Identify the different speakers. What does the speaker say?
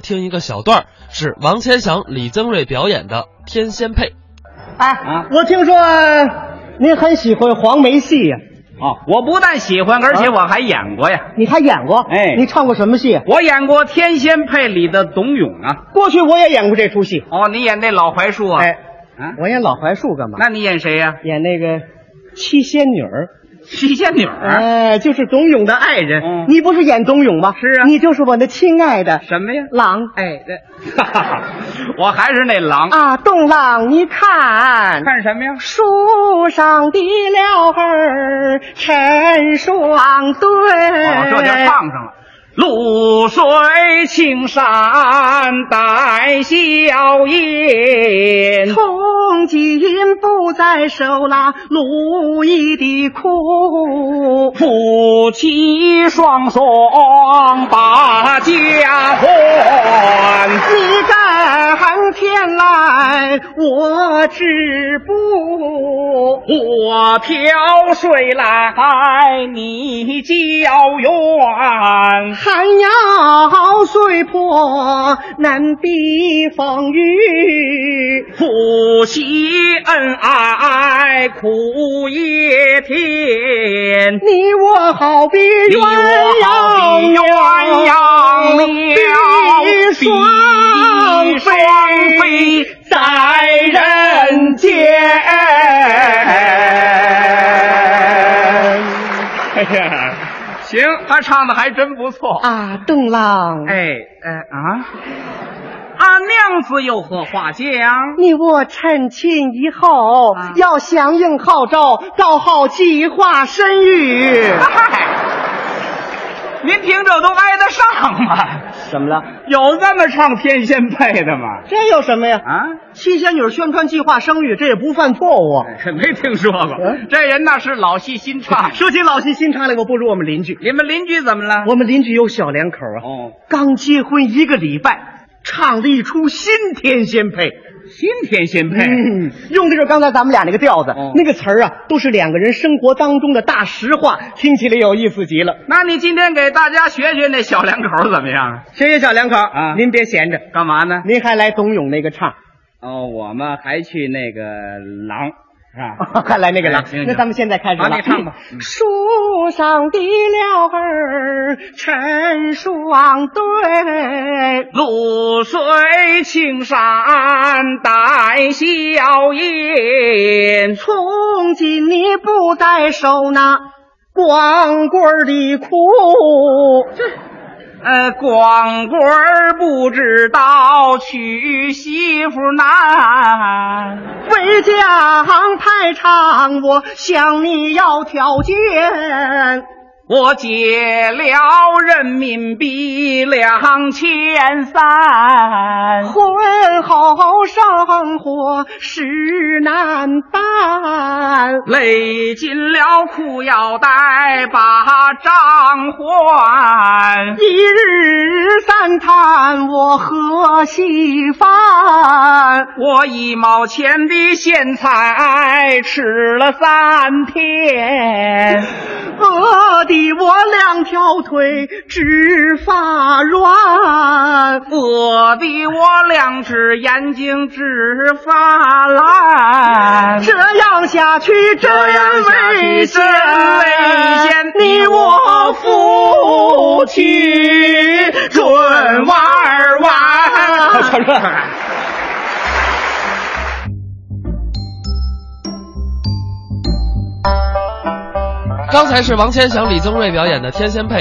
Speaker 1: 听一个小段儿，是王千祥、李增瑞表演的《天仙配》。
Speaker 2: 哎，
Speaker 3: 啊
Speaker 2: 我听说您很喜欢黄梅戏呀、
Speaker 3: 哦，我不但喜欢，而且
Speaker 1: 啊
Speaker 3: 我还演过呀。
Speaker 2: 你还演过？
Speaker 3: 哎
Speaker 2: 你唱过什么戏？
Speaker 3: 我演过《天仙配》里的董永啊。
Speaker 2: 过去我也演过这出戏。
Speaker 3: 哦，你演那老槐树啊？
Speaker 2: 哎，
Speaker 3: 啊，
Speaker 2: 我演老槐树干嘛？
Speaker 3: 那你演谁呀、
Speaker 2: 演那个七仙女儿，
Speaker 3: 七仙女儿？
Speaker 2: 哎，就是董永的爱人。
Speaker 3: 啊嗯
Speaker 2: 你不是演董永吗？
Speaker 3: 是啊
Speaker 2: 你就是我的亲爱的
Speaker 3: 什么呀？
Speaker 2: 郎
Speaker 3: 哎，这，哈哈我还是那狼。
Speaker 2: 啊，董郎，你看。
Speaker 3: 看什么呀？
Speaker 2: 树上的了儿成双对，
Speaker 3: 哦，
Speaker 1: 哎
Speaker 3: 这就唱上了。露水青山带笑颜，
Speaker 2: 从今不再受那奴役的苦，
Speaker 3: 夫妻双双把家还。
Speaker 2: 你甘甜来我止步。
Speaker 3: 我漂水来，你较远。
Speaker 2: 寒窑虽破难避风雨，
Speaker 3: 夫妻恩爱苦也甜，
Speaker 2: 你我好比鸳
Speaker 3: 你我好
Speaker 2: 鸯
Speaker 3: 比鸳鸯
Speaker 2: 鸯
Speaker 3: 比
Speaker 2: 双
Speaker 3: 双飞在人间。哎呀，行，他唱的还真不错。
Speaker 2: 啊，邓郎，
Speaker 3: 哎哎啊！俺娘子有何话讲？
Speaker 2: 你我趁亲以后、
Speaker 3: 啊
Speaker 2: 要响应号召，搞好计划生育。
Speaker 3: 嗨，您听这都挨得上吗？
Speaker 2: 怎么了？
Speaker 3: 有这么唱天仙配的吗？
Speaker 2: 这有什么呀？
Speaker 3: 啊，
Speaker 2: 七仙女宣传计划生育，这也不犯错误啊。
Speaker 3: 没听说过
Speaker 2: 嗯。
Speaker 3: 这人那是老戏新 唱。
Speaker 2: 啊说起老戏新唱来，我不如我们邻居。
Speaker 3: 你们邻居怎么了？
Speaker 2: 我们邻居有小两口啊，
Speaker 3: 哦，
Speaker 2: 刚结婚一个礼拜，唱了一出新天仙配。
Speaker 3: 新天仙配。
Speaker 2: 嗯，用的就是刚才咱们俩那个调子，
Speaker 3: 哦
Speaker 2: 那个词儿啊，都是两个人生活当中的大实话，听起来有意思极了。
Speaker 3: 那你今天给大家学学那小两口怎么样？
Speaker 2: 谢谢小两口
Speaker 3: 啊
Speaker 2: 您别闲着，
Speaker 3: 干嘛呢？
Speaker 2: 您还来董永那个唱。
Speaker 3: 哦，我们还去那个廊，是 吧？
Speaker 2: 快来那个了
Speaker 3: 哎行，
Speaker 2: 那咱们现在开始
Speaker 3: 好
Speaker 2: 了。
Speaker 3: 你 唱吧嗯
Speaker 2: 树上的了儿成双对，
Speaker 3: 露水青山带笑颜，
Speaker 2: 从今你不再受那光棍儿的苦。
Speaker 3: 呃，光棍儿不知道娶媳妇难，
Speaker 2: 回家排场，我向你要条件。
Speaker 3: 我借了人民币两千三，
Speaker 2: 婚后生活实难办，
Speaker 3: 累尽了裤腰带把账还。
Speaker 2: 一日三餐我喝稀饭，
Speaker 3: 我一毛钱的咸菜吃了三天，
Speaker 2: 饿的我两条腿直发软。
Speaker 3: 饿的我两只眼睛直发烂。
Speaker 2: 这样下去真危险，你我夫妻准玩儿完。
Speaker 1: 刚才是王千祥、李增瑞表演的《天仙配》，